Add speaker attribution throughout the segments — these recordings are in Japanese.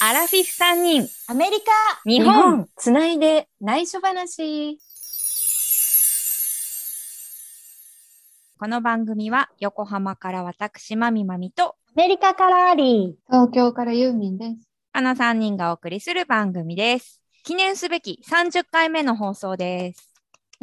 Speaker 1: アラフィフ3人、
Speaker 2: アメリカ
Speaker 1: 日本。
Speaker 3: つないで内緒話。
Speaker 1: この番組は横浜から私、まみまみと、
Speaker 2: アメリカからあり
Speaker 3: 東京からユーミンです。
Speaker 1: あの3人がお送りする番組です。記念すべき30回目の放送です。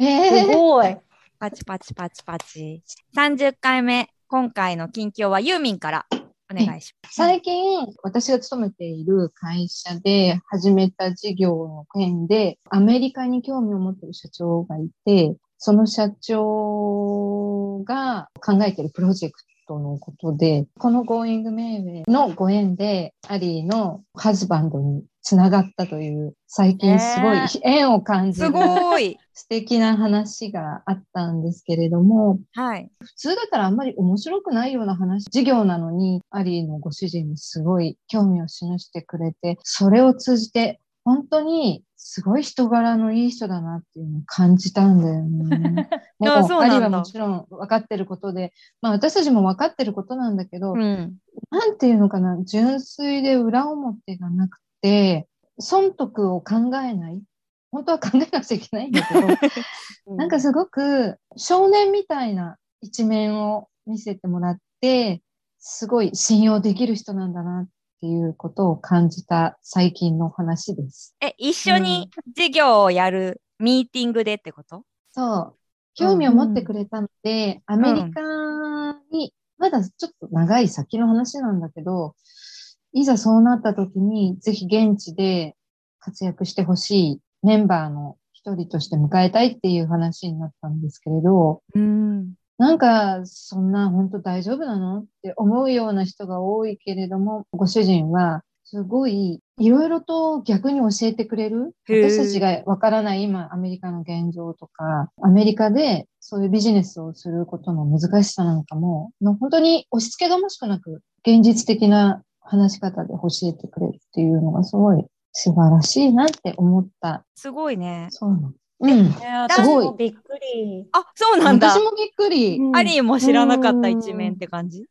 Speaker 2: す
Speaker 3: ええ
Speaker 2: ごい
Speaker 1: パチパチパチパチ。30回目、今回の近況はユーミンからお願いします。
Speaker 3: 最近、私が勤めている会社で始めた事業の件で、アメリカに興味を持っている社長がいて、その社長が考えているプロジェクトのことで、この Going メイウェイのご縁で、アリーのハズバンドにつながったという、最近すごい
Speaker 2: ね
Speaker 3: 縁を感じ
Speaker 1: す
Speaker 3: る、
Speaker 1: ごい。
Speaker 3: 素敵な話があったんですけれども、
Speaker 1: はい。
Speaker 3: 普通だったらあんまり面白くないような話、授業なのに、アリーのご主人にすごい興味を示してくれて、それを通じて、本当にすごい人柄のいい人だなっていうのを感じたんだよ ね。
Speaker 1: いや
Speaker 3: も
Speaker 1: そう
Speaker 3: アリ
Speaker 1: な
Speaker 3: ー
Speaker 1: んだ
Speaker 3: はもちろん分かってることで、まあ私たちも分かってることなんだけど、
Speaker 1: うん。
Speaker 3: なんていうのかな、純粋で裏表がなくて、損得を考えない。本当は考えなくちゃいけないんだけど、なんかすごく少年みたいな一面を見せてもらって、すごい信用できる人なんだなっていうことを感じた最近の話です。
Speaker 1: え、一緒に授業をやるミーティングでってこと
Speaker 3: そう。興味を持ってくれたので、アメリカに、まだちょっと長い先の話なんだけど、いざそうなった時に、ぜひ現地で活躍してほしいメンバーの一人として迎えたいっていう話になったんですけれど、
Speaker 1: うん。
Speaker 3: なんか、そんな本当大丈夫なのって思うような人が多いけれども、ご主人は、すごい、いろいろと逆に教えてくれる。
Speaker 1: へー
Speaker 3: 私たちがわからない今、アメリカの現状とか、アメリカでそういうビジネスをすることの難しさなんかも、の本当に押し付けがましくなく、現実的な話し方で教えてくれるっていうのがすごい素晴らしいなって思った。
Speaker 1: すごいね。
Speaker 3: そうなの。うん。
Speaker 2: す
Speaker 3: ごい
Speaker 2: びっくり
Speaker 1: あ、そう なんだ
Speaker 3: 私。もびっくり。
Speaker 2: うん
Speaker 1: アリーも知らなかった一面って感じ。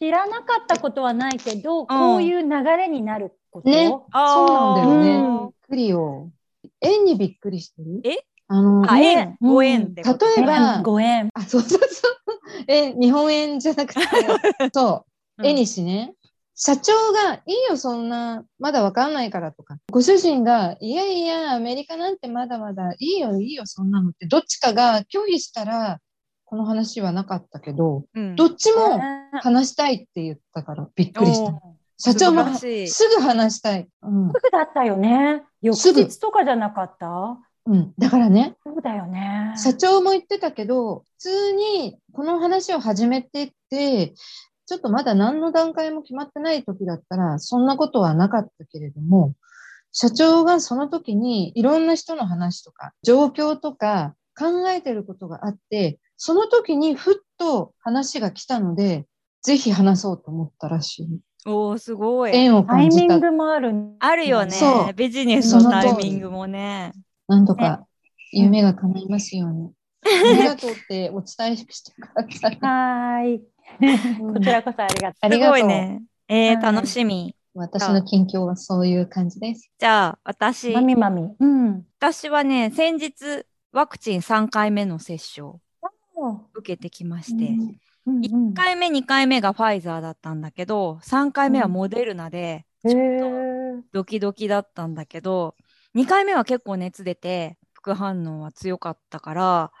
Speaker 2: 知らなかったことはないけど、こういう流れになること、
Speaker 3: ね
Speaker 1: あー
Speaker 3: そうなんだよね
Speaker 1: うん
Speaker 3: びっくりよ。縁にびっくりしてる
Speaker 1: え
Speaker 3: あの、
Speaker 1: あ、
Speaker 2: ね
Speaker 1: 縁、
Speaker 2: うん
Speaker 1: ご縁ってこと。
Speaker 3: 例えば
Speaker 2: ご縁
Speaker 3: あ、そうそうそう。 え、日本円じゃ なくて、そうう、
Speaker 1: ん
Speaker 3: 絵にしね。社長が、いいよ、そんな、まだわかんないからとか。ご主人が、いやいや、アメリカなんてまだまだ、いいよ、いいよ、そんなのって、どっちかが拒否したら、この話はなかったけど、
Speaker 1: うん
Speaker 3: どっちも
Speaker 2: ね
Speaker 3: 話したいって言ったから、びっくりし
Speaker 1: お
Speaker 3: た
Speaker 1: ー。
Speaker 3: 社長も
Speaker 1: 素晴らしい
Speaker 3: すぐ話したい。うん。
Speaker 2: すぐだったよね翌
Speaker 3: すぐ
Speaker 2: 日とかじゃなかった
Speaker 3: うん。だからね、
Speaker 2: そうだよね
Speaker 3: 社長も言ってたけど、普通にこの話を始めてって、ちょっとまだ何の段階も決まってない時だったら、そんなことはなかったけれども、社長がその時にいろんな人の話とか、状況とか考えてることがあって、その時にふっと話が来たので、ぜひ話そうと思ったらしい。
Speaker 1: おーすごい。
Speaker 3: 縁を
Speaker 2: タイ
Speaker 3: 感
Speaker 2: ミ
Speaker 3: じ
Speaker 2: ン
Speaker 3: た。
Speaker 2: グもある
Speaker 1: あるよ
Speaker 3: そ
Speaker 1: ね。
Speaker 3: う
Speaker 1: ビジネスのタイミングもね。
Speaker 3: なんとか夢が叶いますように。ありがとうってお伝えしてください。
Speaker 2: はーいこちらこそありがとう
Speaker 3: あ
Speaker 1: す
Speaker 3: りが
Speaker 1: ご
Speaker 3: と。
Speaker 1: いうね。えー、
Speaker 2: はい
Speaker 1: 楽しみ。
Speaker 3: 私の近況はそういう感じです。
Speaker 1: じゃあ、私
Speaker 2: ま、みまみうん
Speaker 1: 私はね、先日、ワクチン3回目の接種を
Speaker 2: そ
Speaker 1: 受けてきま
Speaker 3: う
Speaker 1: して、
Speaker 3: ん
Speaker 2: うんうん
Speaker 1: 1回目、2回目がファイザーだったんだけど、3回目はモデルナで、
Speaker 2: へ
Speaker 1: ドキドキだったんだけど、2回目は結構熱出て、副反応は強かったから、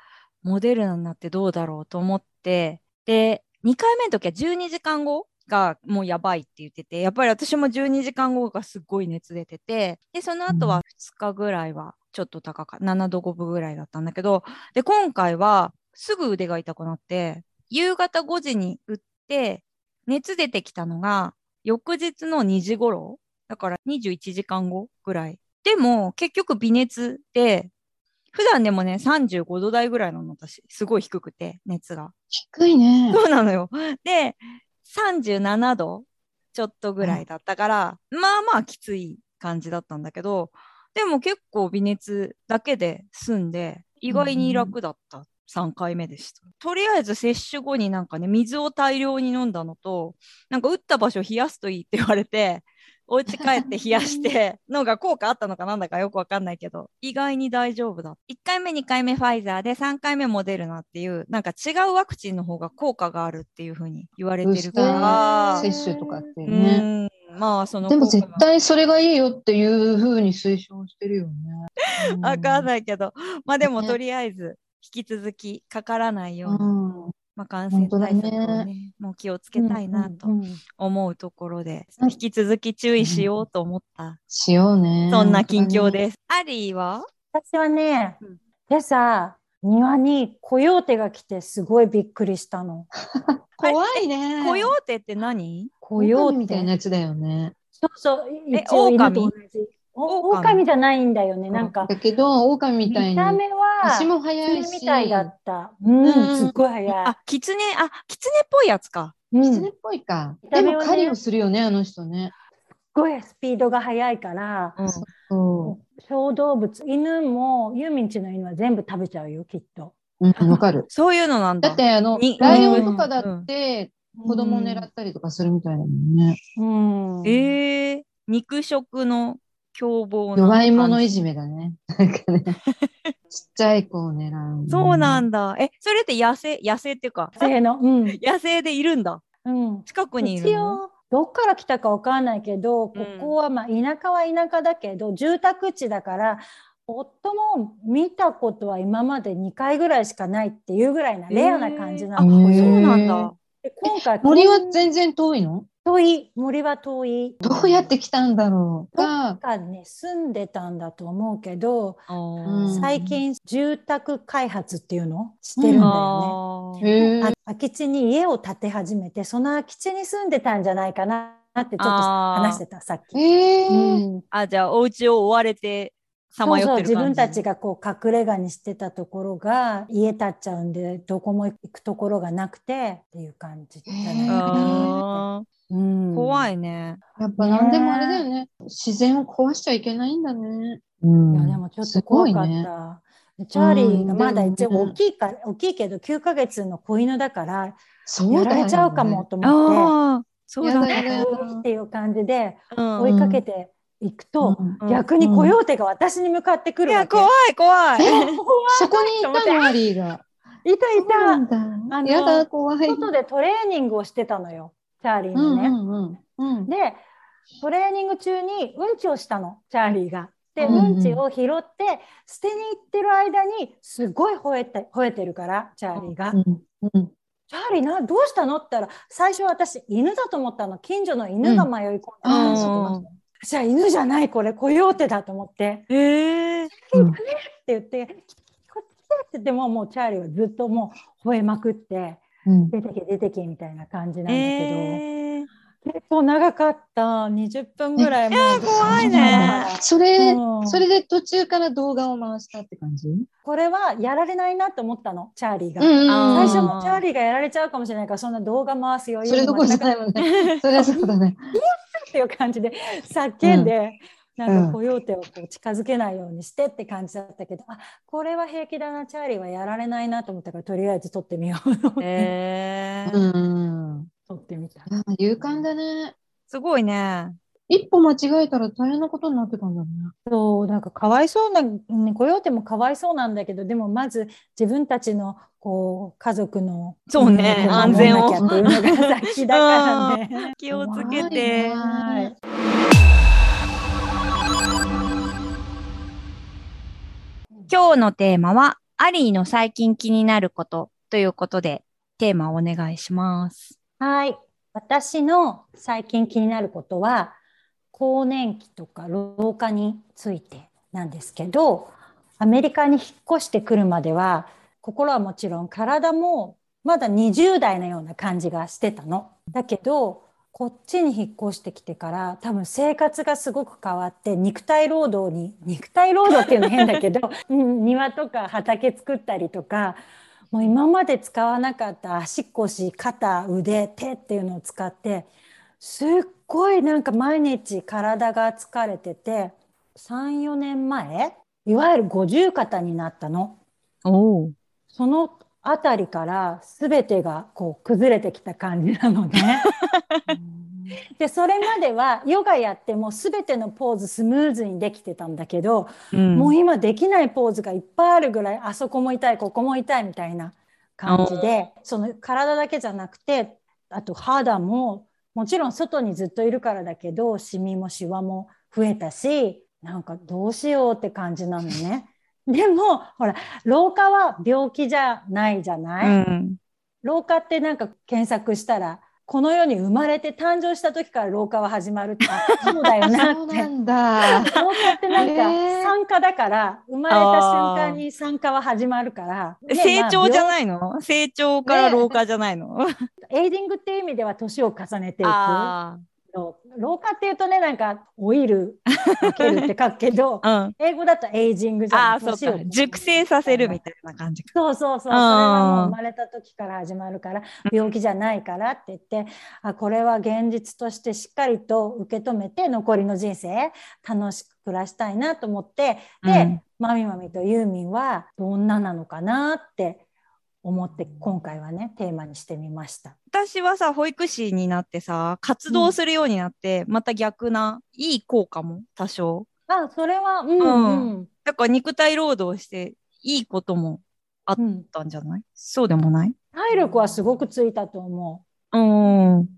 Speaker 1: モデルナになってどうだろうと思って、で、2回目の時は12時間後がもうやばいって言ってて、やっぱり私も12時間後がすっごい熱出てて、で、その後は2日ぐらいはちょっと高か7度5分ぐらいだったんだけど、で、今回はすぐ腕が痛くなって、夕方5時に打って、熱出てきたのが翌日の2時頃だから21時間後ぐらい。でも結局微熱で、普段でもね35度台ぐらいなの私、すごい低くて熱が。
Speaker 3: 低いね。
Speaker 1: そうなのよ。で、37度ちょっとぐらいだったから、まあまあきつい感じだったんだけど、でも結構微熱だけで済んで、意外に楽だった3回目でした。とりあえず接種後になんかね、水を大量に飲んだのと、なんか打った場所冷やすといいって言われて、お家帰って冷や してのが効果あったのかなんだかよくわかんないけど、意外に大丈夫だ。1回目、2回目ファイザーで、3回目モデルナっていう、なんか違うワクチンの方が効果があるっていうふうに言われてるから、
Speaker 3: 接種とかって
Speaker 1: う
Speaker 3: ね。
Speaker 1: ん、まあその
Speaker 3: でも
Speaker 1: 効果
Speaker 3: 絶
Speaker 1: が
Speaker 3: 対それがいいよっていうふうに推奨してるよね。うん
Speaker 1: わかんないけど、まあでも
Speaker 3: ね
Speaker 1: とりあえず引き続きかからないよう
Speaker 3: う
Speaker 1: に、
Speaker 3: ん
Speaker 1: まあ感染対策
Speaker 3: 本
Speaker 1: を
Speaker 3: 当だ
Speaker 1: ね、もう気をつけたいなと
Speaker 3: うんうんうん
Speaker 1: 思うところで、
Speaker 3: うん
Speaker 1: 引き続き注意しようと思った、
Speaker 3: しようね。
Speaker 1: そんな近況です。アリーは
Speaker 2: 私はね、
Speaker 1: うん
Speaker 2: 今朝庭にコヨーテが来てすごいびっくりしたの。
Speaker 3: 本当にね。怖いね。
Speaker 1: コヨーテって何
Speaker 2: コヨ
Speaker 3: 狼
Speaker 2: ー
Speaker 3: みたいな
Speaker 2: テ。
Speaker 3: やつだよね。
Speaker 2: そうそう。
Speaker 1: え
Speaker 2: 一応犬と同じ。
Speaker 1: 狼
Speaker 2: オオカミじゃないんだよね。なんか
Speaker 3: だけど、狼み
Speaker 2: 見
Speaker 3: たいに。
Speaker 2: た目
Speaker 3: 足
Speaker 2: は
Speaker 3: も速い
Speaker 2: 犬み
Speaker 3: し。
Speaker 2: たいだった。うん
Speaker 3: うん、
Speaker 2: すっごい早い
Speaker 1: あ。、キツネ、あ、キツネっぽいやつか。
Speaker 2: うん、す
Speaker 3: 狐
Speaker 2: っ
Speaker 3: っぽいか。
Speaker 2: 見
Speaker 3: で
Speaker 2: た目
Speaker 3: も
Speaker 2: はね
Speaker 3: 狩りをするよね、あの人ね。
Speaker 2: ごいスピードが速いから、
Speaker 1: うん
Speaker 3: そ
Speaker 2: 小動物、犬もユーミンちの犬は全部食べちゃうよ、きっと。
Speaker 3: う。うん、わかる。
Speaker 1: そういうのなん
Speaker 3: だ
Speaker 1: だ。
Speaker 3: って、あの
Speaker 1: に、
Speaker 3: ライオンとかだって、子供を狙ったりとかするみたいだもんね。
Speaker 2: うん。
Speaker 1: えー、肉食の凶暴な。
Speaker 3: 弱い者いじめだね。なん かね。ちっちゃい子を狙う。
Speaker 1: そうなんんだ。え、それって野生、野生っていうか、
Speaker 2: せーの。うん。
Speaker 1: 野生でいるんだ。
Speaker 2: うん。
Speaker 1: 近くにいる
Speaker 2: 一
Speaker 1: の。
Speaker 2: 応どっから来たかわかんないけど、ここはまあ田舎は田舎だけど住宅地だから夫も見たことは今まで2回ぐらいしかないっていうぐらいなレアな感じな
Speaker 1: あ、そ
Speaker 2: の。
Speaker 3: へー
Speaker 1: うなんだ。
Speaker 2: で今回
Speaker 3: 森は全然遠いの
Speaker 2: 遠い森は遠い。
Speaker 3: どうやって来たんだろう
Speaker 2: どっ
Speaker 3: が、
Speaker 2: かにね住んでたんだと思うけど、
Speaker 1: あ
Speaker 3: うん
Speaker 1: ー
Speaker 2: 最近住宅開発っていうのしてるんだよね。
Speaker 1: あー
Speaker 3: へ
Speaker 2: あ
Speaker 3: ー
Speaker 2: 空き地に家を建て始めてその空き地に住んでたんじゃないかなってちょっと
Speaker 1: あー
Speaker 2: 話してたさっき。
Speaker 3: へー
Speaker 2: うん
Speaker 1: あ、じゃあ、お家を追われて、さまよってる
Speaker 2: そうそう自
Speaker 1: 感
Speaker 2: 分
Speaker 1: じ。
Speaker 2: たちがこう隠れ家にしてたところが家建っちゃうんでどこも行くところがなくてっていう感じじゃない
Speaker 3: へ
Speaker 2: か
Speaker 3: ー
Speaker 1: あー怖
Speaker 2: い
Speaker 1: いね。
Speaker 3: やっぱ何でもあれだよね。自然を壊しちゃいけないんだね。う
Speaker 2: い
Speaker 3: ん
Speaker 2: やでもちょっと
Speaker 3: すご
Speaker 2: 怖
Speaker 3: い
Speaker 2: かった、
Speaker 3: ね。
Speaker 2: チャーリーがまだ一応
Speaker 3: うんでもね
Speaker 2: 大きいから、大きいけど9ヶ月の子犬だから
Speaker 3: そう
Speaker 2: や
Speaker 3: だ
Speaker 2: ら
Speaker 3: よ
Speaker 2: れ
Speaker 3: ね
Speaker 2: ちゃうかも。と思って
Speaker 1: ああ、そうだ
Speaker 3: やだ
Speaker 1: ね
Speaker 3: や。
Speaker 2: っていう感じで
Speaker 1: うん
Speaker 2: 追いかけていくと、
Speaker 3: うん
Speaker 1: うん
Speaker 2: 逆にコヨーテが私に向かってく
Speaker 1: い
Speaker 2: るわ
Speaker 1: や、
Speaker 2: け、
Speaker 1: 怖い、怖い。
Speaker 3: そこにいたの、アリーが。
Speaker 2: いたいた、
Speaker 3: そうな
Speaker 2: あの
Speaker 3: んだ。やだ、怖い。
Speaker 2: 外でトレーニングをしてたのよチャーリー
Speaker 3: う
Speaker 2: の
Speaker 3: ん
Speaker 2: ね。
Speaker 3: うんうん。うん。
Speaker 2: でトレーニング中にうんちをしたのチャーリーが。で
Speaker 3: うん
Speaker 2: う
Speaker 3: うん
Speaker 2: んちを拾って捨てに行ってる間にすごい吠えて吠えてるからチャーリーが。
Speaker 3: うんうん
Speaker 2: チャーリーなどうしたのって言ったら最初私犬だと思ったの近所の犬が迷い込んでた
Speaker 3: うん
Speaker 2: んだと思って。じゃあ犬じゃないこれコヨーテだと思って
Speaker 1: ええ。
Speaker 2: って言って「こっち来て」って言ってももうチャーリーはずっともう吠えまくって
Speaker 3: うん
Speaker 2: 出てけ出てけみたいな感じなんだけど。
Speaker 1: ええ。
Speaker 2: 結構長かった20分ぐらいもう
Speaker 1: 怖いね
Speaker 3: それ
Speaker 2: う、ん
Speaker 3: それで途中から動画を回したって感じ
Speaker 2: これはやられないなと思ったのチャーリーが、
Speaker 1: あ
Speaker 2: 最
Speaker 1: ー
Speaker 2: 初もチャーリーがやられちゃうかもしれないからそんな動画回すよ
Speaker 3: それどころじゃない
Speaker 2: っ
Speaker 3: もんね。それはそう だね。
Speaker 2: ていう感じで叫んで、なん
Speaker 3: うん
Speaker 2: かコヨーテをこう近づけないようにしてって感じだったけど、あこれは平気だなチャーリーはやられないなと思ったからとりあえず撮ってみようと思って、
Speaker 1: ええ
Speaker 3: う。ん。
Speaker 2: 撮ってみた
Speaker 3: いや勇敢だね。
Speaker 1: すごいね。
Speaker 3: 一歩間違えたら大変なことになってたんだね。
Speaker 2: そうなんかかわいそうな、ね、コヨーテもかわいそうなんだけどでもまず自分たちのこう家族の
Speaker 1: そうね
Speaker 2: みんな
Speaker 3: 安全を
Speaker 2: 守んなきゃっていうのが先だからね。
Speaker 1: 気をつけて。
Speaker 3: 怖いね
Speaker 1: 今日のテーマは、アリーの最近気になることということで、テーマをお願いします。
Speaker 2: はい私の最近気になることは更年期とか老化についてなんですけどアメリカに引っ越してくるまでは心はもちろん体もまだ20代のような感じがしてたの。だけどこっちに引っ越してきてから多分生活がすごく変わって肉体労働に肉体労働っていうの変だけど、 うん庭とか畑作ったりとかもう今まで使わなかった足腰肩腕手っていうのを使ってすっごいなんか毎日体が疲れてて34年前いわゆる五十肩になったの。
Speaker 1: おお。
Speaker 2: そのあたりから全てがこう崩れてきた感じなのね。でそれまではヨガやっても全てのポーズスムーズにできてたんだけど、
Speaker 1: うん
Speaker 2: もう今できないポーズがいっぱいあるぐらいあそこも痛いここも痛いみたいな感じでその体だけじゃなくてあと肌ももちろん外にずっといるからだけどシミもシワも増えたしなんかどうしようって感じなのね。 でもほら老化は病気じゃないじゃない。
Speaker 1: うん
Speaker 2: 老化ってなんか検索したらこの世に生まれて誕生した時から老化は始まるってあそうだよ な
Speaker 3: そう
Speaker 2: っ
Speaker 3: な
Speaker 2: て。
Speaker 3: んだ。
Speaker 2: 老化ってなんか
Speaker 3: へー
Speaker 2: 酸化だから生まれた瞬間に酸化は始まるから、ね
Speaker 1: 成長じゃ
Speaker 2: まあ
Speaker 1: ないの成長から老化じゃないの、
Speaker 2: 病エイディングっていう意味では年を重ねていく
Speaker 1: あ
Speaker 2: 老老化っていうとねなんか老いるかけるって書くけど
Speaker 1: あ、 うん。
Speaker 2: 英語だとエイジングじゃん
Speaker 1: ああ、そう
Speaker 2: 年を
Speaker 1: か。熟成させるみたいな感じか。
Speaker 2: そうそうそう。それはもう生まれた時から始まるから、病気じゃないからって言って、あ、これは現実としてしっかりと受け止めて、残りの人生楽しく暮らしたいなと思って、
Speaker 1: うん
Speaker 2: で、まみまみとユーミンはどんななのかなって思って、今回はね、テーマにしてみました。
Speaker 1: 私はさ、保育士になってさ、活動するようになって、また逆な、いい効果も多少。
Speaker 2: あ、それは、うん、うん、
Speaker 1: だから肉体労働して、いいこともあっ
Speaker 2: うん。
Speaker 1: たんじゃないそうでもない
Speaker 2: 体力はすごくついたと思う。
Speaker 1: うん。うん。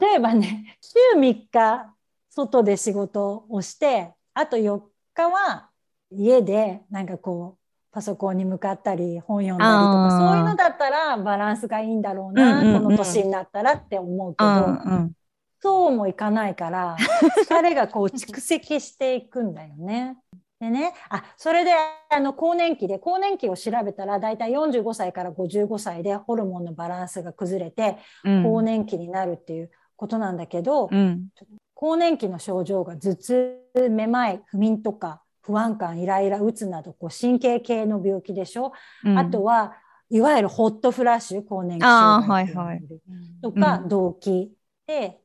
Speaker 2: 例えばね週3日外で仕事をしてあと4日は家でなんかこうパソコンに向かったり本読んだりと
Speaker 1: あー
Speaker 2: かそういうのだったらバランスがいいんだろうな、
Speaker 1: うんうんうん
Speaker 2: この年になったらって思うけ
Speaker 1: う
Speaker 2: ど、
Speaker 1: ん。
Speaker 2: そうもいかないから疲れがこう蓄積していくんだよね。 でねあそれであの更年期で更年期を調べたら大体45歳から55歳でホルモンのバランスが崩れて
Speaker 1: うん。
Speaker 2: 更年期になるっていうことなんだけど、
Speaker 1: うん。
Speaker 2: 更年期の症状が頭痛めまい不眠とか不安感イライラうつなどこう神経系の病気でしょ、
Speaker 1: うん
Speaker 2: あと、はいわゆるホットフラッシュ更年期
Speaker 1: あー
Speaker 2: 障害って呼ばれるとか、
Speaker 1: うん
Speaker 2: 動悸で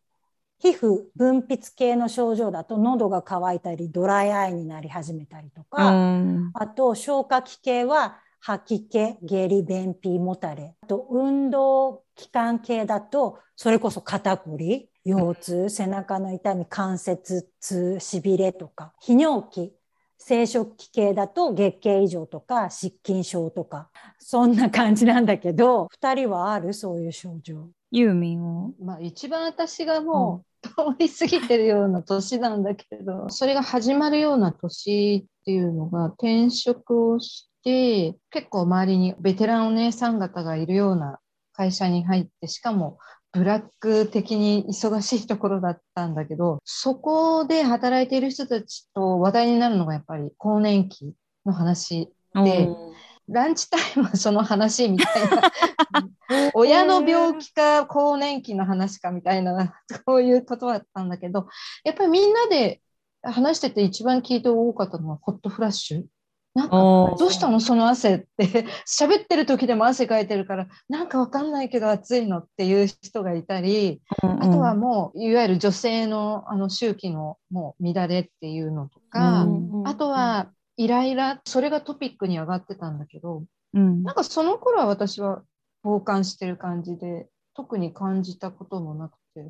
Speaker 2: 皮膚分泌系の症状だと喉が渇いたりドライアイになり始めたりと
Speaker 1: う
Speaker 2: か、
Speaker 1: ん。
Speaker 2: あと消化器系は吐き気、下痢、便秘、もたれ。あと運動器官系だと、それこそ肩こり、腰痛、背中の痛み、関節痛、しびれとか、泌尿器、生殖器系だと月経異常とか失禁症とか、そんな感じなんだけど、二人はあるそういう症状。
Speaker 1: ユーミンを。
Speaker 3: まあ、一番私がもう通り過ぎてるような年なんだけど、それが始まるような年っていうのが転職をして、結構周りにベテランお姉さん方がいるような会社に入って、しかもブラック的に忙しいところだったんだけど、そこで働いている人たちと話題になるのがやっぱり更年期の話でランチタイムはその話みたいな親の病気か更年期の話かみたいなそういうことだったんだけどやっぱりみんなで話してて一番聞いて多かったのはホットフラッシュなんか
Speaker 1: おー
Speaker 3: どうしたのその汗って喋ってる時でも汗かいてるからなんかわかんないけど暑いのっていう人がいたりあとはもういわゆる女性のあの周期のもう乱れっていうのとか、
Speaker 1: うん
Speaker 2: うん
Speaker 3: あと、はイライラそれがトピックに上がってたんだけど
Speaker 1: うん
Speaker 3: なんかその頃は私は傍観してる感じで特に感じたこともなくて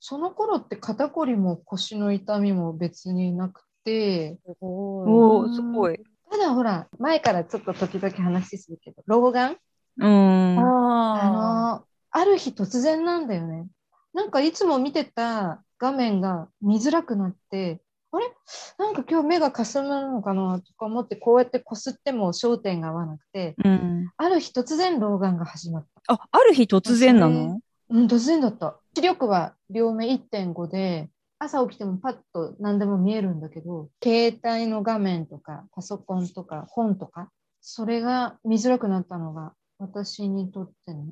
Speaker 3: その頃って肩こりも腰の痛みも別になくて
Speaker 2: すごい。
Speaker 1: おーすごい。
Speaker 3: ただほら前からちょっと時々話するけど老眼
Speaker 1: うん。
Speaker 3: あ
Speaker 2: あ
Speaker 3: のある日突然なんだよねなんかいつも見てた画面が見づらくなってあれなんか今日目がかすむのかなとか思ってこうやってこすっても焦点が合わなくて
Speaker 1: うん。
Speaker 3: ある日突然老眼が始まった。
Speaker 1: あ、ある日突然なの
Speaker 3: うん、突然だった。視力は両目1.5で、朝起きてもパッと何でも見えるんだけど、携帯の画面とか、パソコンとか、本とか、それが見づらくなったのが、私にとっての、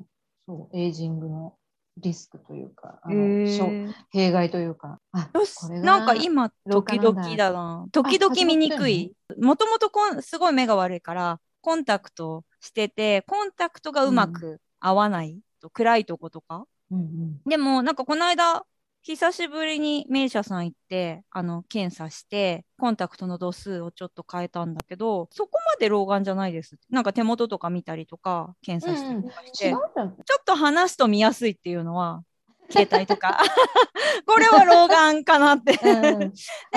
Speaker 3: そう、エイジングのリスクというか、あのしょ弊害というか、あ、
Speaker 1: よし
Speaker 3: これが
Speaker 1: なんか今、
Speaker 3: 老化
Speaker 1: 時
Speaker 3: なんだ
Speaker 1: 々だな。時々見にくい。もともとこんすごい目が悪いから、コンタクトしてて、コンタクトがうまく合わないと、暗いとことか。
Speaker 3: うんうん
Speaker 1: でも、なんかこの間、久しぶりに名医者さん行って、あの、検査して、コンタクトの度数をちょっと変えたんだけど、そこまで老眼じゃないです。なんか手元とか見たりとか、検査したりとかし
Speaker 3: 違
Speaker 1: て、
Speaker 3: うんだ
Speaker 1: ち ょっと話すと見やすいっていうのは、携帯とか。 これは老眼かなって。
Speaker 3: うん
Speaker 1: で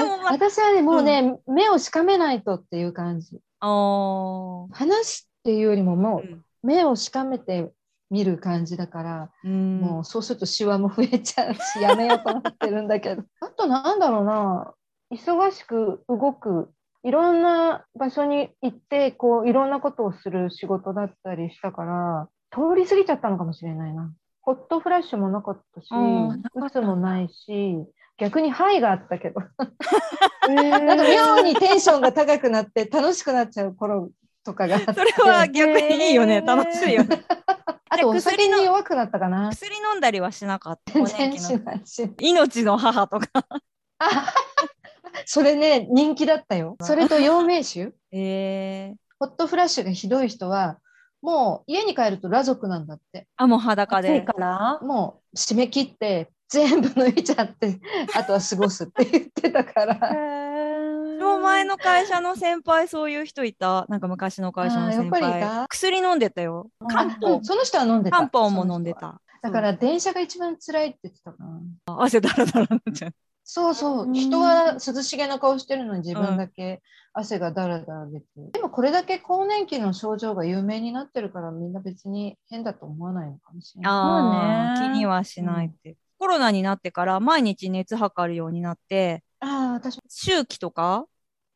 Speaker 1: もまあ
Speaker 3: 私はね、もうね、目をしかめないとっていう感じ。
Speaker 1: あ
Speaker 3: 話すっていうよりも、も
Speaker 1: ーうん
Speaker 3: う目をしかめて見る感じだから、
Speaker 1: うん
Speaker 3: もうそうするとシワも増えちゃうし、やめようと思ってるんだけど。 あとなんだろうな、忙しく動く、いろんな場所に行って、こう、いろんなことをする仕事だったりしたから、通り過ぎちゃったのかもしれないな。ホットフラッシュもなかったし、
Speaker 1: あーなか
Speaker 3: う
Speaker 1: った
Speaker 3: つもないし、逆にハイがあったけど、
Speaker 2: な
Speaker 3: なんか妙にテンションが高くなって楽しくなっちゃう頃とかがあ って。
Speaker 1: それは逆にいいよね。
Speaker 2: えー
Speaker 1: 楽しいよね。
Speaker 3: あとお酒
Speaker 1: 薬の
Speaker 3: に弱くなったかな。
Speaker 1: 薬飲んだりはしなか った。
Speaker 3: 全
Speaker 1: 更年
Speaker 3: 然
Speaker 1: 期
Speaker 3: し
Speaker 1: の
Speaker 3: ないし。
Speaker 1: 命の母とか。
Speaker 3: あそれね、人気だったよ。それと陽明酒。
Speaker 1: えー、
Speaker 3: ホットフラッシュがひどい人は、もう家に帰ると裸族なんだって。
Speaker 1: あ、もう裸
Speaker 2: 暑い
Speaker 1: で
Speaker 2: か。ら
Speaker 3: もう締め切って、全部抜いちゃって、 あとは過ごすって言ってたから。
Speaker 1: で
Speaker 2: も
Speaker 1: も前の会社の先輩、そういう人いた。なんか昔の会社の先
Speaker 3: あーやっぱりい
Speaker 1: 輩
Speaker 3: た。
Speaker 1: 薬飲んでたよ。漢
Speaker 3: う
Speaker 1: 方
Speaker 3: ん。その人は飲んでた。
Speaker 1: 漢方も飲んでた。
Speaker 3: その人は。だから電車が一番辛いって言ってたかな。
Speaker 1: あ汗だらだらになっちゃう。
Speaker 3: そうそうう。
Speaker 2: ん
Speaker 3: 人は涼しげな顔してるのに自分だけ汗がだらだら出て。でもこれだけ更年期の症状が有名になってるからみんな別に変だと思わないのかもしれない。
Speaker 1: あ
Speaker 2: まあね
Speaker 1: ー気にはしないって、コロナになってから毎日熱測るようになって
Speaker 3: ああ、私も。
Speaker 1: 周期とか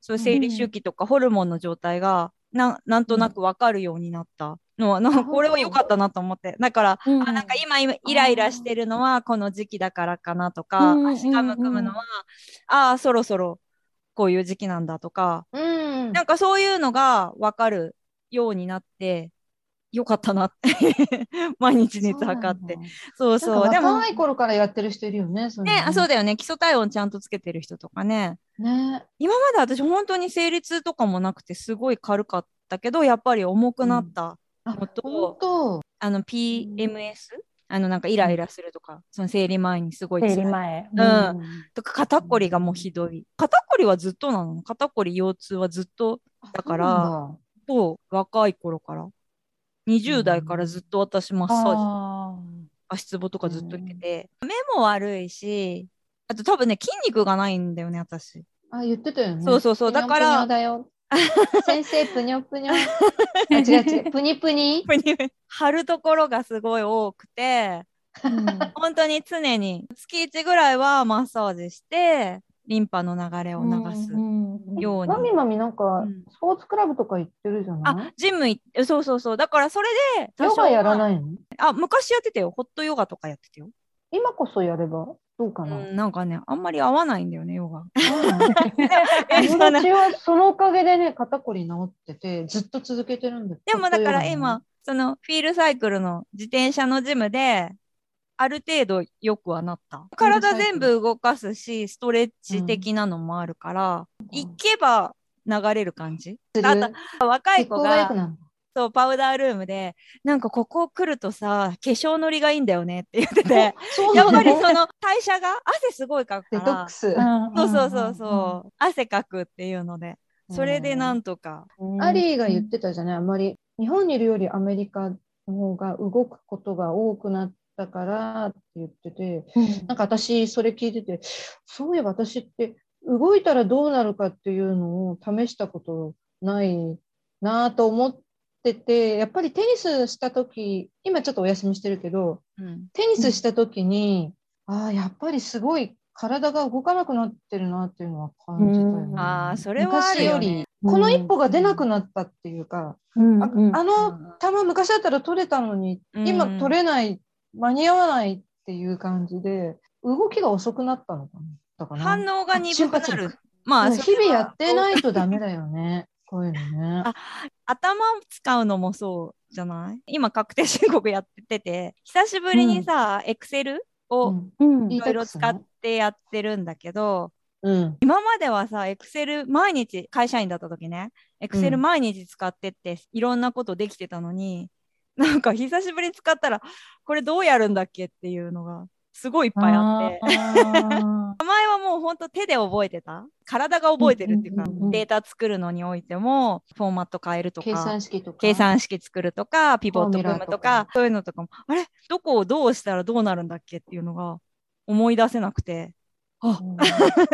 Speaker 1: そういう生理周期とかホルモンの状態がななんとなく分かるようになったのは、なんか
Speaker 3: あ
Speaker 1: これは良かったなと思ってだから、
Speaker 2: うん
Speaker 1: あなんか今今イライラしてるのはこの時期だからかなとか、
Speaker 2: うん
Speaker 1: 足がむくむのは、ああそろそろこういう時期なんだとか
Speaker 3: うん。
Speaker 1: なんかそういうのが分かるようになってよかったなって 毎日熱測って。そう
Speaker 3: そうな
Speaker 1: そう。
Speaker 3: んだ。
Speaker 1: で
Speaker 3: なんか
Speaker 1: も、
Speaker 3: 若い頃からやってる人いるよね。そういうの
Speaker 1: ね、あ、そうだよね。基礎体温ちゃんとつけてる人とかね。
Speaker 3: ね。
Speaker 1: 今まで私、本当に生理痛とかもなくて、すごい軽かったけど、やっぱり重くなった
Speaker 3: あ、
Speaker 1: のと、
Speaker 3: 本当。
Speaker 1: あの、PMS? あの、なんかイライラするとか、その生理前にすごい辛い
Speaker 2: 生理前
Speaker 1: うんとか、肩こりがもうひどい。肩こりはずっとなの肩こり、腰痛はずっと、だから
Speaker 3: あ
Speaker 1: と、若い頃から。20代からずっと私マッサージ
Speaker 2: あ
Speaker 1: 足つぼとかずっと行ってて、目も悪いしあと多分ね筋肉がないんだよ ね私
Speaker 3: そうなんだ。あ、言ってたよね。
Speaker 1: そうそうそうだから
Speaker 3: ぷにょぷにょだ よ。先生、ぷにょぷにょ。あ違う違う。ぷにぷに。
Speaker 1: 貼るところがすごい多くて
Speaker 2: ーうん
Speaker 1: 本当に常に月1ぐらいはマッサージしてリンパの流れを流す、
Speaker 2: うんうん
Speaker 1: ように
Speaker 3: まみまみなんか
Speaker 1: うん、
Speaker 3: スポーツクラブとか行ってるじゃな
Speaker 1: あ
Speaker 3: い
Speaker 1: ジム行ってそうそうそうだからそれで
Speaker 3: ヨガやら
Speaker 1: い
Speaker 3: ないの
Speaker 1: あ昔やってたよホットヨガとかやってたよ、
Speaker 3: 今こそやればどうか
Speaker 1: う
Speaker 3: な。
Speaker 1: ん、なんかねあんまり合わないんだよねヨガ
Speaker 3: 友達はそのおかげでね、肩こり治ってて、ずっと続けてるんだ
Speaker 1: でもだから今、、そのフィールサイクルの自転車のジムで、ある程度良くはなった。
Speaker 3: フィールサ
Speaker 1: 体
Speaker 3: イクル
Speaker 1: 全部動かすし、ストレッチ的なのもあるから、行けば流れる感じ。あと若
Speaker 3: 血
Speaker 1: い子
Speaker 3: 行が良
Speaker 1: が
Speaker 3: くなる。
Speaker 1: そうパウダールームで、なんかここ来るとさ、化粧のりがいいんだよねって言って て、
Speaker 3: そう
Speaker 1: や
Speaker 3: な
Speaker 1: っ
Speaker 3: の
Speaker 1: ぱりその代謝が汗すごいかく
Speaker 3: デ
Speaker 1: か
Speaker 3: トッ
Speaker 1: ら
Speaker 3: ク、ス。
Speaker 1: そうそうそうそう、汗かくっていうので、それでなんんとか。
Speaker 2: うん
Speaker 3: アリーが言ってたじゃない、あまり日本にいるよりアメリカの方が動くことが多くなったからって言ってて、
Speaker 2: うん
Speaker 3: なんか私、それ聞いてて、そういえば私って動いたらどうなるかっていうのを試したことないなと思ってて、やっぱりテニスした時今ちょっとお休みしてるけど、
Speaker 1: うん
Speaker 3: テニスした時に、ああ、やっぱりすごい体が動かなくなってるなっていうのは感じたよね
Speaker 2: う。ん
Speaker 1: ああ、それはあるよ、ね。
Speaker 3: 昔よりこの一歩が出なくなったっていうか、
Speaker 2: うん
Speaker 3: あ
Speaker 2: うん
Speaker 3: あの
Speaker 1: うん
Speaker 3: 球昔だったら取れたのに、今
Speaker 1: うん
Speaker 3: 取れない、間に合わないっていう感じで、動きが遅くなったのかなだから
Speaker 1: 反応が鈍くな
Speaker 3: 瞬
Speaker 1: る
Speaker 3: 発。
Speaker 1: まあ、
Speaker 3: 日々やって
Speaker 1: い。
Speaker 3: ないとダメだよね。 こういうのね。
Speaker 1: あ頭を使うのもそうじゃない今、確定申告やってて、久しぶりにさ、エクセル
Speaker 3: う
Speaker 1: を
Speaker 3: ん
Speaker 2: うん
Speaker 1: いろいろ使ってやってるんだけど、
Speaker 3: うん。
Speaker 1: 今まではさ、エクセル毎日、会社員だった時ね、エクセル
Speaker 3: うん
Speaker 1: 毎日使ってって、いろんなことできてたのに、なんか久しぶりに使ったら、これどうやるんだっけっていうのが、すごいいっぱいあって。名前はもう本当手で覚えてた体が覚えてるっていうか、
Speaker 3: うんうんうんうん
Speaker 1: データ作るのにおいてもフォーマット変えるとか
Speaker 3: 計算式とか。
Speaker 1: 計算式作るとかピボット
Speaker 3: フォーミ
Speaker 1: 組
Speaker 3: ュラ
Speaker 1: むと
Speaker 3: と
Speaker 1: か
Speaker 3: か
Speaker 1: そういうのとかもあれどこをどうしたらどうなるんだっけっていうのが思い出せなくて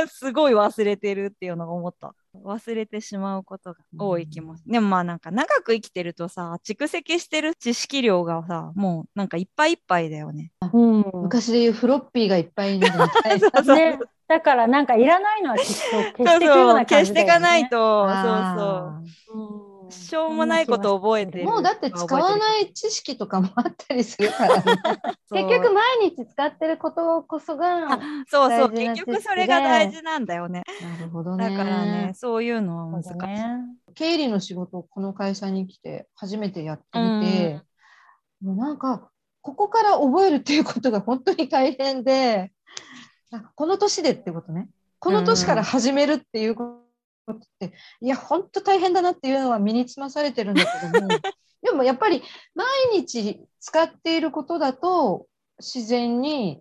Speaker 1: すごい忘れてるっていうのが思った忘れてしまうことが多い気もでもまあなんか長く生きてるとさ蓄積してる知識量がさもうなんかいっぱいいっぱいだよね
Speaker 2: うん
Speaker 3: 昔で言うフロッピーがいっぱいいるみたいな
Speaker 1: そうそう
Speaker 2: ね、だからなんかいらないのはきっと消
Speaker 1: そ
Speaker 2: し
Speaker 1: う
Speaker 2: ていくよう
Speaker 1: そう
Speaker 2: な
Speaker 1: 消
Speaker 2: 感
Speaker 1: し
Speaker 2: じ
Speaker 1: て
Speaker 2: だ
Speaker 1: いか
Speaker 2: よ
Speaker 1: ない
Speaker 2: ね。
Speaker 1: と そうそう
Speaker 3: あー
Speaker 2: うん
Speaker 1: しょうもないことを覚えてる。
Speaker 3: もうだって使わ
Speaker 1: い。
Speaker 3: ない知識とかもあったりするか らね、
Speaker 1: 結
Speaker 4: 結
Speaker 1: 局
Speaker 4: 局、毎日使ってることこそが
Speaker 1: そうそう、
Speaker 4: 大事な
Speaker 1: 結局それが大事なんだよね。
Speaker 3: なるほど
Speaker 1: だ
Speaker 3: ね。
Speaker 1: からね、そういうのは難し
Speaker 2: そう
Speaker 1: い。
Speaker 2: だね。
Speaker 3: 経理の仕事をこの会社に来て初めてやって
Speaker 1: うん
Speaker 3: みて、もうなんかここから覚えるっていうことが本当に大変でなんかこの年でってことねこの年から始めるっていうことって、いや本当大変だなっていうのは身につまされてるんだけど もでもやっぱり毎日使っていることだと自然に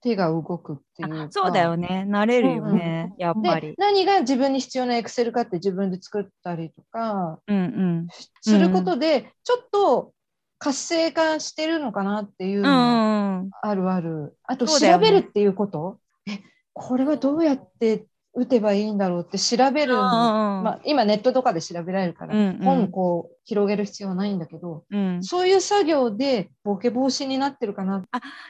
Speaker 3: 手が動くっていうか
Speaker 1: そうだよね、慣れるよね、やっぱ
Speaker 3: で
Speaker 1: り。
Speaker 3: 何が自分に必要なエクセルかって自分で作ったりとか
Speaker 1: うんうん。
Speaker 3: することで、ちょっと活性化してるのかなっていう
Speaker 1: う
Speaker 3: のも
Speaker 1: んうん。
Speaker 3: あるある。あと、
Speaker 1: そうだよ
Speaker 3: 調
Speaker 1: ね
Speaker 3: べるっていうこと、え、これはどうやって打てばいいんだろうって調べるの。ま
Speaker 1: ま
Speaker 3: あ、今ネットとかで調べられるから、
Speaker 1: うんうん
Speaker 3: 本こう広げる必要はないんだけど、
Speaker 1: うん、
Speaker 3: そういう作業でボケ防止になってるかな。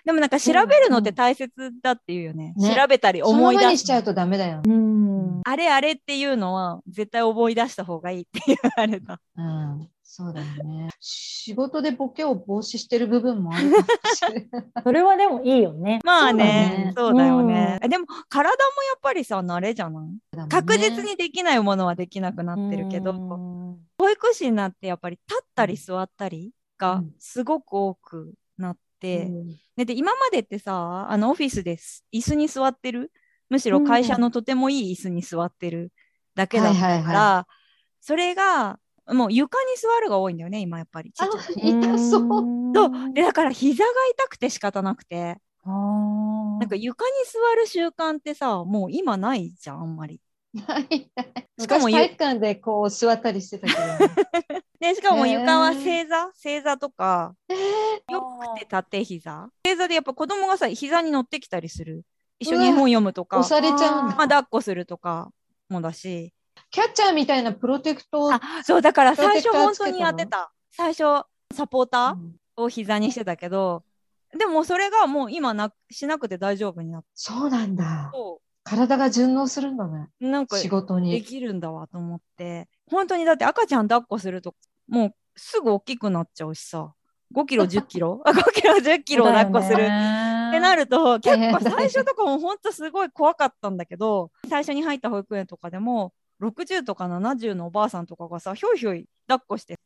Speaker 1: でもなんか調べるのって大切だっていうよね。
Speaker 3: ね
Speaker 1: 調べたり
Speaker 3: その
Speaker 1: 思い
Speaker 3: まま
Speaker 1: 出
Speaker 3: にし
Speaker 1: す
Speaker 3: ちゃうとダメだよね。
Speaker 2: うん。
Speaker 1: あれあれっていうのは絶対思い出した方がいいっていうあれ だ。
Speaker 3: うん、そうだよね。仕事でボケを防止してる部分もあるかもしれない。
Speaker 2: それはでもいいよね。
Speaker 1: まあね、そうだよね。
Speaker 2: う
Speaker 1: でも体もやっぱりさ、慣れじゃない確実にできないものはできなくなってるけど、
Speaker 2: うん
Speaker 1: 保育士になってやっぱり立ったり座ったりが
Speaker 3: うん
Speaker 1: すごく多くなって、
Speaker 3: うん
Speaker 1: でで今までってさあのオフィスです椅子に座ってるむしろ会社のとてもいい椅子に座ってるだけだったから、
Speaker 3: はいはいは
Speaker 1: それがもう床に座るが多いんだよね今やっぱりちっ
Speaker 3: あ
Speaker 1: ちゃい時
Speaker 3: 痛そう。
Speaker 1: そうでだから膝が痛くて仕方なくて
Speaker 2: あ
Speaker 1: なんか
Speaker 2: ー
Speaker 1: 床に座る習慣ってさもう今ないじゃんあんまり。
Speaker 3: はい
Speaker 1: しかも
Speaker 3: 昔体育館でこう座ったりして たけど、
Speaker 1: でしかも
Speaker 3: へー
Speaker 1: 床は正座、正座とか
Speaker 2: ー
Speaker 1: よくて縦膝正座でやっぱ子供がさ膝に乗ってきたりする一緒
Speaker 3: うわ
Speaker 1: に絵本読むとか
Speaker 3: 押されちゃ
Speaker 2: あー。
Speaker 3: うんだ
Speaker 1: まあ、抱っこするとかもだし
Speaker 3: キャッチャーみたいなプロテクトを
Speaker 1: あそうだから
Speaker 3: プロ
Speaker 1: 最
Speaker 3: テク
Speaker 1: 初
Speaker 3: ター
Speaker 1: 本
Speaker 3: つ
Speaker 1: 当
Speaker 3: けたの
Speaker 1: にやってた最初サポータ
Speaker 3: うん
Speaker 1: ーを膝にしてたけど、でもそれがもう今なしなくて大丈夫になっ
Speaker 3: そうなんだ
Speaker 1: た。と
Speaker 3: 体が順応するんだね。
Speaker 1: なんか
Speaker 3: 仕事
Speaker 1: で
Speaker 3: に。
Speaker 1: きるんだわと思って本当にだって赤ちゃん抱っこするともうすぐ大きくなっちゃうしさ5キロ1 0キロあ5キロ1 0キロを抱っこするってなると結
Speaker 3: 変だ
Speaker 1: 構
Speaker 3: ね
Speaker 1: 最初とかも本当すごい怖かったんだけど最初に入った保育園とかでも60とか70のおばあさんとかがさひょいひょい抱っこして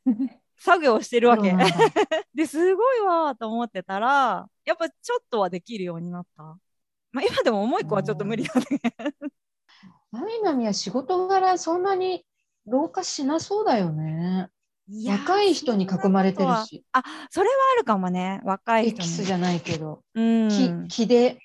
Speaker 1: 作業してるわけ
Speaker 3: そうなんだ
Speaker 1: ですごいわーと思ってたらやっぱちょっとはできるようになった。まあ、今でももう一個はちょっと無理だね。
Speaker 3: なみなみは仕事柄そんなに老化しなそうだよね。
Speaker 1: いやー
Speaker 3: 若い人に囲まれてるし、
Speaker 1: あ、それはあるかもね。若い
Speaker 3: エ
Speaker 1: 人
Speaker 3: キス
Speaker 1: に。
Speaker 3: じゃないけど、
Speaker 1: うん。
Speaker 3: 気
Speaker 1: 周
Speaker 3: 気で。
Speaker 1: り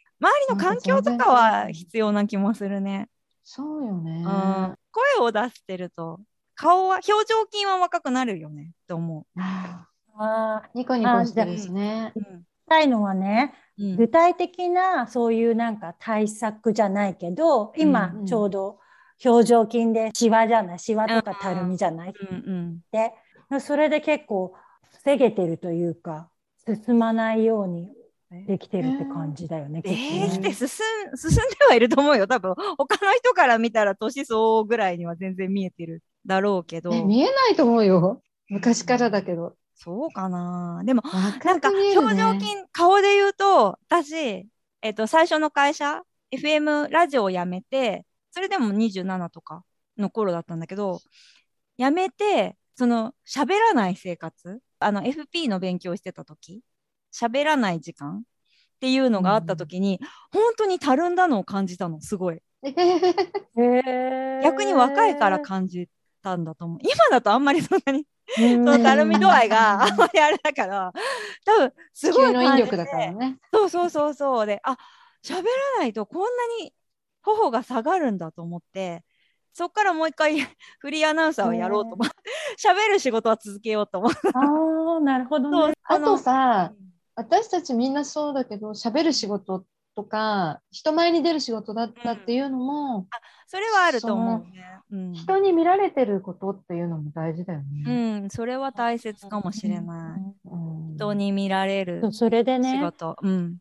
Speaker 1: の環境とかは必要な気もするね。
Speaker 3: そうよね
Speaker 1: う。ん。声を出してると、顔は、表情筋は若くなるよね、と思
Speaker 3: あ
Speaker 2: あー
Speaker 3: ーニコニコしてるしね。
Speaker 1: う。う
Speaker 2: し
Speaker 1: ん。
Speaker 2: たいのはね、
Speaker 1: うん
Speaker 2: 具体的なそういうなんか対策じゃないけど、今
Speaker 3: うんうん
Speaker 2: ちょうど表情筋でシワじゃない、シワとかたるみじゃないっ
Speaker 1: うん
Speaker 2: て、それで結構防げてるというか、進まないようにできてるって感じだよね。
Speaker 1: で
Speaker 2: きっとね
Speaker 1: きて進ん進んではいると思うよ多分他の人から見たら年相応ぐらいには全然見えてるだろうけど
Speaker 3: ね見えないと思うよ。昔からだけど。
Speaker 1: そうかなでもな
Speaker 3: 若
Speaker 1: んか
Speaker 3: く見え
Speaker 1: 表
Speaker 3: るね
Speaker 1: 情筋、顔で言うと、私、えっと、最初の会社、FM ラジオを辞めて、それでも27とかの頃だったんだけど、辞めて、その、喋らない生活、あの、FP の勉強してた時、喋らない時間っていうのがあった時に、本当にたるんだのを感じたの、すごい。
Speaker 2: へー
Speaker 1: 逆に若いから感じたんだと思う。今だとあんまりそんなにそのたるみ度合いがあんまりあれだから多分すごい
Speaker 3: 急の引力
Speaker 1: 感
Speaker 3: だ
Speaker 1: じで
Speaker 3: からね。
Speaker 1: そうそうそうそうであ喋らないとこんなに頬が下がるんだと思ってそっからもう一回 フリーアナウンサーをやろうと思って 喋る仕事は続けようと思って
Speaker 2: ああ、なるほどね。
Speaker 3: あと
Speaker 1: の
Speaker 3: さ、私たちみんなそうだけど、喋る仕事とか、人前に出る仕事だったっていうのも、
Speaker 1: それはあると思うね。うん
Speaker 3: 人に見られてることっていうのも大事だよ
Speaker 1: う
Speaker 3: ね。
Speaker 1: ん、それは大切かもしれない。
Speaker 3: うん
Speaker 1: 人に見られる
Speaker 2: そうそれで
Speaker 1: 仕
Speaker 2: ね、
Speaker 1: 事。うん。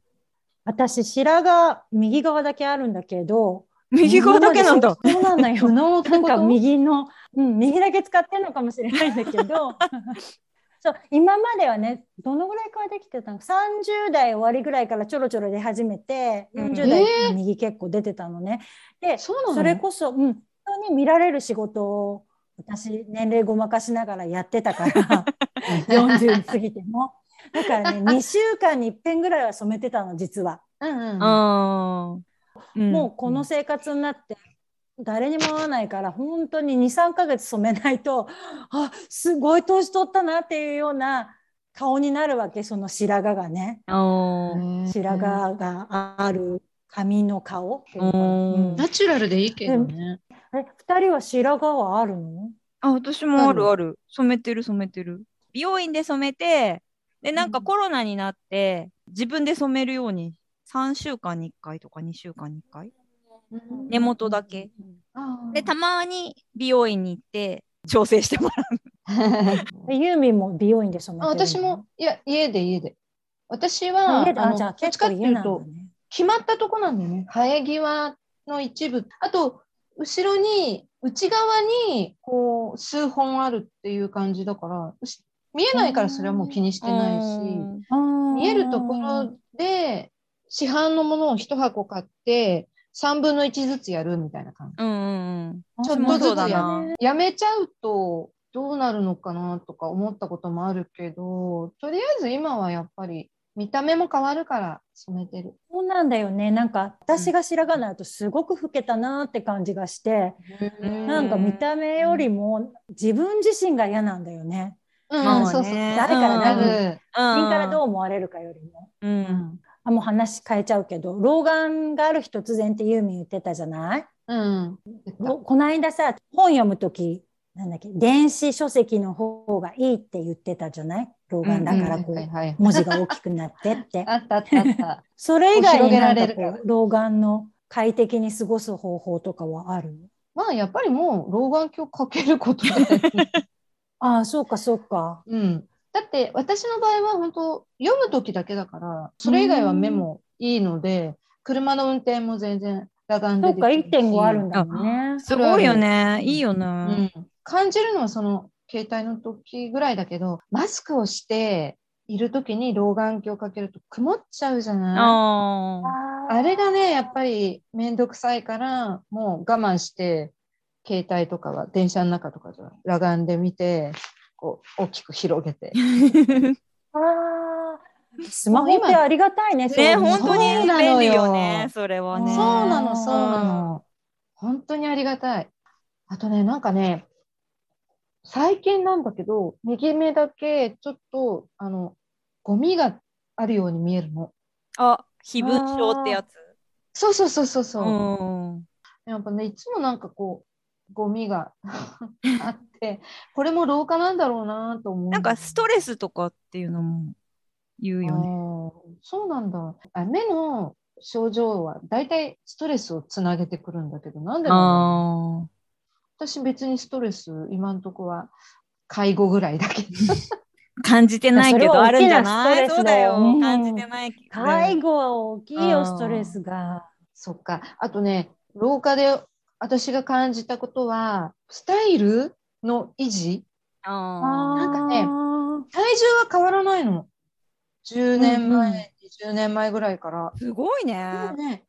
Speaker 2: 私白が右側だけあるんだけど、
Speaker 1: 右側だけなんだ。
Speaker 2: そうなの よ
Speaker 3: 無。能って
Speaker 2: なん
Speaker 3: こ
Speaker 2: か
Speaker 3: と
Speaker 2: 右の、うん、右だけ使ってるのかもしれないんだけど そう今まではねどのぐらいからできてたの30代終わりぐらいからちょろちょろ出始めて
Speaker 1: うん
Speaker 2: 40代の右結構出てたのね。で
Speaker 3: そうなの
Speaker 2: それこそ、うん、人に見られる仕事を私年齢ごまかしながらやってたから 40過ぎても。だからね2週間に1遍ぐらいは染めてたの実は。
Speaker 3: うんうん
Speaker 1: あーん
Speaker 2: もうこの生活になって誰にも会わないから本当に23ヶ月染めないとあすごい年取ったなっていうような顔になるわけその白髪がね
Speaker 1: あー
Speaker 2: 白髪がある髪の顔っていうのかな
Speaker 1: うん
Speaker 2: うん
Speaker 3: ナチュラルでいいけどね。
Speaker 2: え二人は白髪はあるの
Speaker 1: あ、私もあるある。染めてる染めてる。美容院で染めて、で、なんかコロナになって、自分で染めるように、3週間に1回とか2週間に1回。
Speaker 3: うん
Speaker 1: 根元だけ。
Speaker 3: あー
Speaker 1: で、たまに美容院に行って、調整してもらう。
Speaker 2: えユーミンも美容院で染め
Speaker 3: あ
Speaker 2: てるの
Speaker 3: 私も、いや、家で家で。私
Speaker 2: あ
Speaker 3: は、
Speaker 2: 家であ
Speaker 3: の
Speaker 2: じゃあ
Speaker 3: どっち
Speaker 2: 結
Speaker 3: か
Speaker 2: 構
Speaker 3: って
Speaker 2: 家
Speaker 3: いう
Speaker 2: なんだ
Speaker 3: と、
Speaker 2: ね
Speaker 3: 決まったとこなんだよね。生え際の一部。あと、後ろに、内側に、こう、数本あるっていう感じだから、うし見えないからそれはもう気にしてないし、
Speaker 1: う
Speaker 2: 見
Speaker 3: 見えるところで、市販のものを一箱買って、3分の1ずつやるみたいな感じ。
Speaker 1: んうんうん。
Speaker 3: ちょっ
Speaker 1: も
Speaker 3: と
Speaker 1: そう
Speaker 3: ず
Speaker 1: だ
Speaker 3: つや
Speaker 1: な。
Speaker 3: やめちゃうとどうなるのかなとか思ったこともあるけど、とりあえず今はやっぱり見た目も変わるから染めてる。
Speaker 2: そうなんだよねなんか私が白髪になるとすごく老けたなって感じがして、
Speaker 1: うん
Speaker 2: なんか見た目よりも自分自身が嫌なんだよね。
Speaker 3: うん、
Speaker 1: まあね
Speaker 3: そうそう。
Speaker 1: うん
Speaker 2: 誰から
Speaker 3: な
Speaker 2: 何人
Speaker 3: る。
Speaker 2: からどう思われるかよりも。
Speaker 1: う。
Speaker 3: うんん。
Speaker 2: あもう話変えちゃうけど老眼がある日突然ってユーミン言ってたじゃない
Speaker 3: うん。
Speaker 2: ろこの間さ本読む時なんだっけ電子書籍の方がいいって言ってたじゃない老眼だからこ
Speaker 3: はいはいうはい。
Speaker 2: 文字が大きくなってって。
Speaker 3: あったあったあった。
Speaker 2: それ以外に
Speaker 3: 広げ
Speaker 2: な
Speaker 3: ら
Speaker 2: ん
Speaker 3: れ
Speaker 2: か
Speaker 3: るから
Speaker 2: こう老眼の快適に過ごす方法とかはある
Speaker 3: まあやっぱりもう老眼鏡かけることだよね
Speaker 2: ああそうかそうか。
Speaker 3: うん。だって私の場合は本当読む時だけだから、それ以外は目もいいので、車の運転も全然裸眼
Speaker 2: そ
Speaker 3: で
Speaker 2: うか
Speaker 3: できるし。
Speaker 2: 1.5あるんだもんね。
Speaker 1: すごいよね。
Speaker 3: うん
Speaker 1: いいよ
Speaker 3: う
Speaker 1: ね。
Speaker 3: ん、感じるのはその携帯の時ぐらいだけど、マスクをしている時に老眼鏡かけると曇っちゃうじゃない。
Speaker 1: ああ。
Speaker 3: あれがね、やっぱりめんどくさいから、もう我慢して、携帯とかは電車の中とかでは裸眼で見て、こう大きく広げて。
Speaker 2: あースマホってありがたいね。
Speaker 1: ね、
Speaker 2: そう思う
Speaker 1: 本当
Speaker 3: そう
Speaker 1: に
Speaker 3: なのよ
Speaker 1: 便利よね、それは
Speaker 3: そ
Speaker 1: ね。
Speaker 3: うなの、そうなの。本当にありがたい。あとね、なんかね、最近なんだけど、右目だけちょっと、あの、ゴミがあるように見えるの。
Speaker 1: あ、非分症ってやつ。
Speaker 3: そうそうそうそうそうう。
Speaker 1: ん。
Speaker 3: やっぱね、いつもなんかこう、ゴミが あって、これも老化なんだろうなと思う。
Speaker 1: なんかストレスとかっていうのも言うよね。
Speaker 3: あーそうなんだ。あ目の症状は大体ストレスをつなげてくるんだけど、なんでなんだろう
Speaker 1: ああ。
Speaker 3: 私別にストレス今のとこは介護ぐらい だけど
Speaker 1: 感じてないけどあるんじゃな
Speaker 2: それ
Speaker 1: い
Speaker 2: は大きなストレスだ
Speaker 1: そうだ
Speaker 2: よ
Speaker 1: よ
Speaker 2: う。ん
Speaker 1: 感じてないけど。
Speaker 2: 介護は大きいよ、
Speaker 1: うん
Speaker 2: ストレスが。
Speaker 3: そっかあとね廊下で私が感じたことはスタイルの維持
Speaker 1: あ
Speaker 3: んかね
Speaker 2: ね。
Speaker 3: 体重は変わらないの10年前、
Speaker 2: うんうん
Speaker 3: 20年前ぐらいから
Speaker 1: ーすごいね
Speaker 3: でも。ね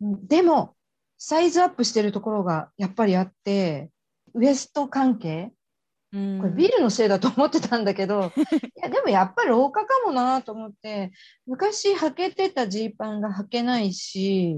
Speaker 3: うんでもサイズアップしてるところがやっぱりあってウエスト関係
Speaker 1: うん
Speaker 3: これビールのせいだと思ってたんだ けど、いやでもやっぱり老化かもなと思って昔履けてたジーパンが履けないし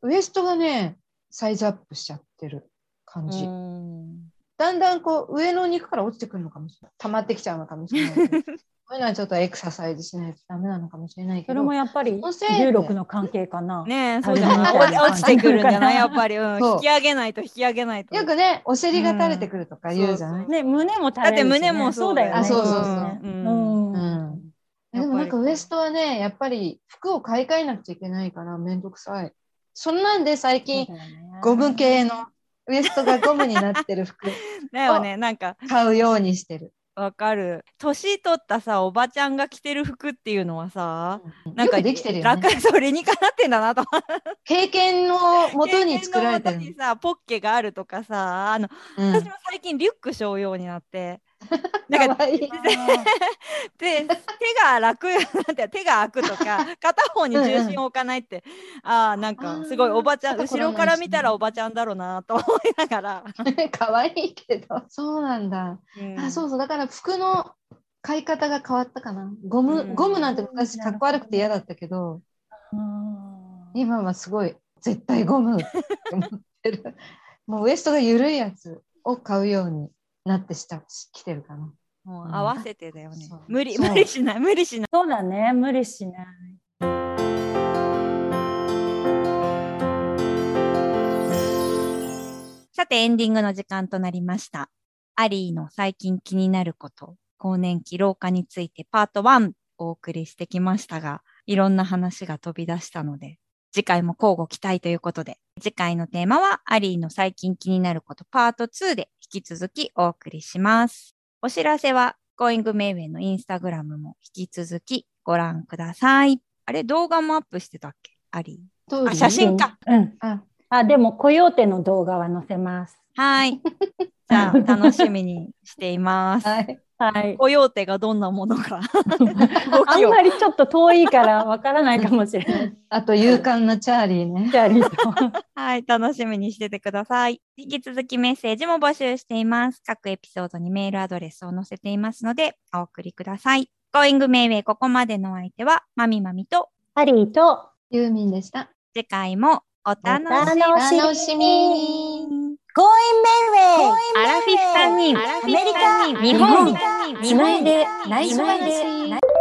Speaker 3: ウエストがねサイズアップしちゃってる感じ、
Speaker 1: うん
Speaker 3: だんだんこう上の肉から落ちてくるのかもしれない。溜まってきちゃうのかも しれないけど。そういうのはちょっとエクササイズしないとダメなのかもしれないけ
Speaker 2: それ
Speaker 3: ど。
Speaker 2: もやっぱり
Speaker 3: そのせいで
Speaker 2: 重力の関係かな。
Speaker 1: ねえ、そうじゃない。落ち落ちてくるんじゃないやっぱり、うん。
Speaker 3: そう
Speaker 1: 引き上げないと引き上げないと。
Speaker 3: よくね、お尻が垂れてくるとか言うじゃない、
Speaker 2: ね胸も垂れ
Speaker 1: だっ
Speaker 2: る
Speaker 1: て
Speaker 2: しね
Speaker 1: 胸も
Speaker 2: そ
Speaker 1: そうう
Speaker 2: だ
Speaker 1: だ
Speaker 2: よ
Speaker 1: よ
Speaker 2: ね。
Speaker 1: ね。
Speaker 3: あそうそうそ
Speaker 1: う。
Speaker 3: う
Speaker 2: うんん。
Speaker 3: うん
Speaker 1: やっぱり
Speaker 3: でもなんかウエストはね、やっぱり服を買い替えなくちゃいけないからめんどくさい。そんなんで最近ゴム系のウエストがゴムになって る服
Speaker 1: だよね、なんか、
Speaker 3: 買うようにしてる。
Speaker 1: わかる。年取ったさ、おばちゃんが着てる服っていうのはさ、な
Speaker 3: なんん
Speaker 1: か
Speaker 3: かできてるよね。
Speaker 1: 楽、そう理にかなってんだなと思って。
Speaker 3: 経験をもとに作られ
Speaker 1: 経
Speaker 3: て
Speaker 1: 験の元に
Speaker 3: る。
Speaker 1: さ、ポッケがあるとかさ、あの、
Speaker 3: うん
Speaker 1: 私も最近リュックしょうようにな って。 なんか
Speaker 3: 可愛い
Speaker 1: で手が楽なん て手が開くとか片方に重心を置かないってああなんかすごい
Speaker 3: あー
Speaker 1: おばちゃん
Speaker 3: 肩
Speaker 1: 後
Speaker 3: こらない
Speaker 1: ろ
Speaker 3: しね
Speaker 1: から見たらおばちゃんだろうなと思いながら、
Speaker 3: 可愛い けど。そうなんだ。あ、そううそう。だから服の買い方が変わったかな。ゴム、
Speaker 1: うん
Speaker 3: ゴムなんて昔かっこ悪くて嫌だったけど、
Speaker 2: うん
Speaker 3: 今はすごい絶対ゴムって思っ てる。もうウエストが緩いやつを買うようになってした来てるかな。
Speaker 1: もう合わせてだよね
Speaker 3: そう
Speaker 1: 無理
Speaker 3: そう
Speaker 1: 無理しない無理しない
Speaker 2: そうだね無理しない。
Speaker 1: さてエンディングの時間となりましたアリーの最近気になること更年期老化についてパート1お送りしてきましたがいろんな話が飛び出したので次回も交互期待ということで次回のテーマはアリーの最近気になることパート2で引き続きお送りします。お知らせは Going メイウェイのインスタグラムも引き続きご覧ください。あれ動画もアップしてたっけアリ
Speaker 3: ど
Speaker 1: ー。
Speaker 3: うぞ
Speaker 1: あ、写真か。
Speaker 2: うん。
Speaker 3: あ
Speaker 2: あでもコヨーテの動画は載せます。
Speaker 1: はい。じゃあ楽しみにしています。
Speaker 3: はい。
Speaker 2: はい。
Speaker 1: お用手がどんなもの か。
Speaker 2: あんまりちょっと遠いからわからないかもしれない。
Speaker 3: あと勇敢なチャーリーね。
Speaker 2: チャーリ ーと。
Speaker 1: はい、楽しみにしててください。引き続きメッセージも募集しています。各エピソードにメールアドレスを載せていますので、お送りください。Going メイウェイここまでのお相手は、まみまみと、
Speaker 2: ハリーと。
Speaker 3: ユーミンでした。
Speaker 1: 次回もお楽
Speaker 2: お楽し
Speaker 1: しみに。
Speaker 3: お楽しみに。
Speaker 2: ゴーインメイウェイ。
Speaker 1: アラフィフ3人、
Speaker 4: アラフィ
Speaker 2: フ三人
Speaker 1: 日
Speaker 2: 日
Speaker 1: 本
Speaker 2: 本、
Speaker 1: 日本
Speaker 4: つないで
Speaker 1: 内緒話
Speaker 2: つないで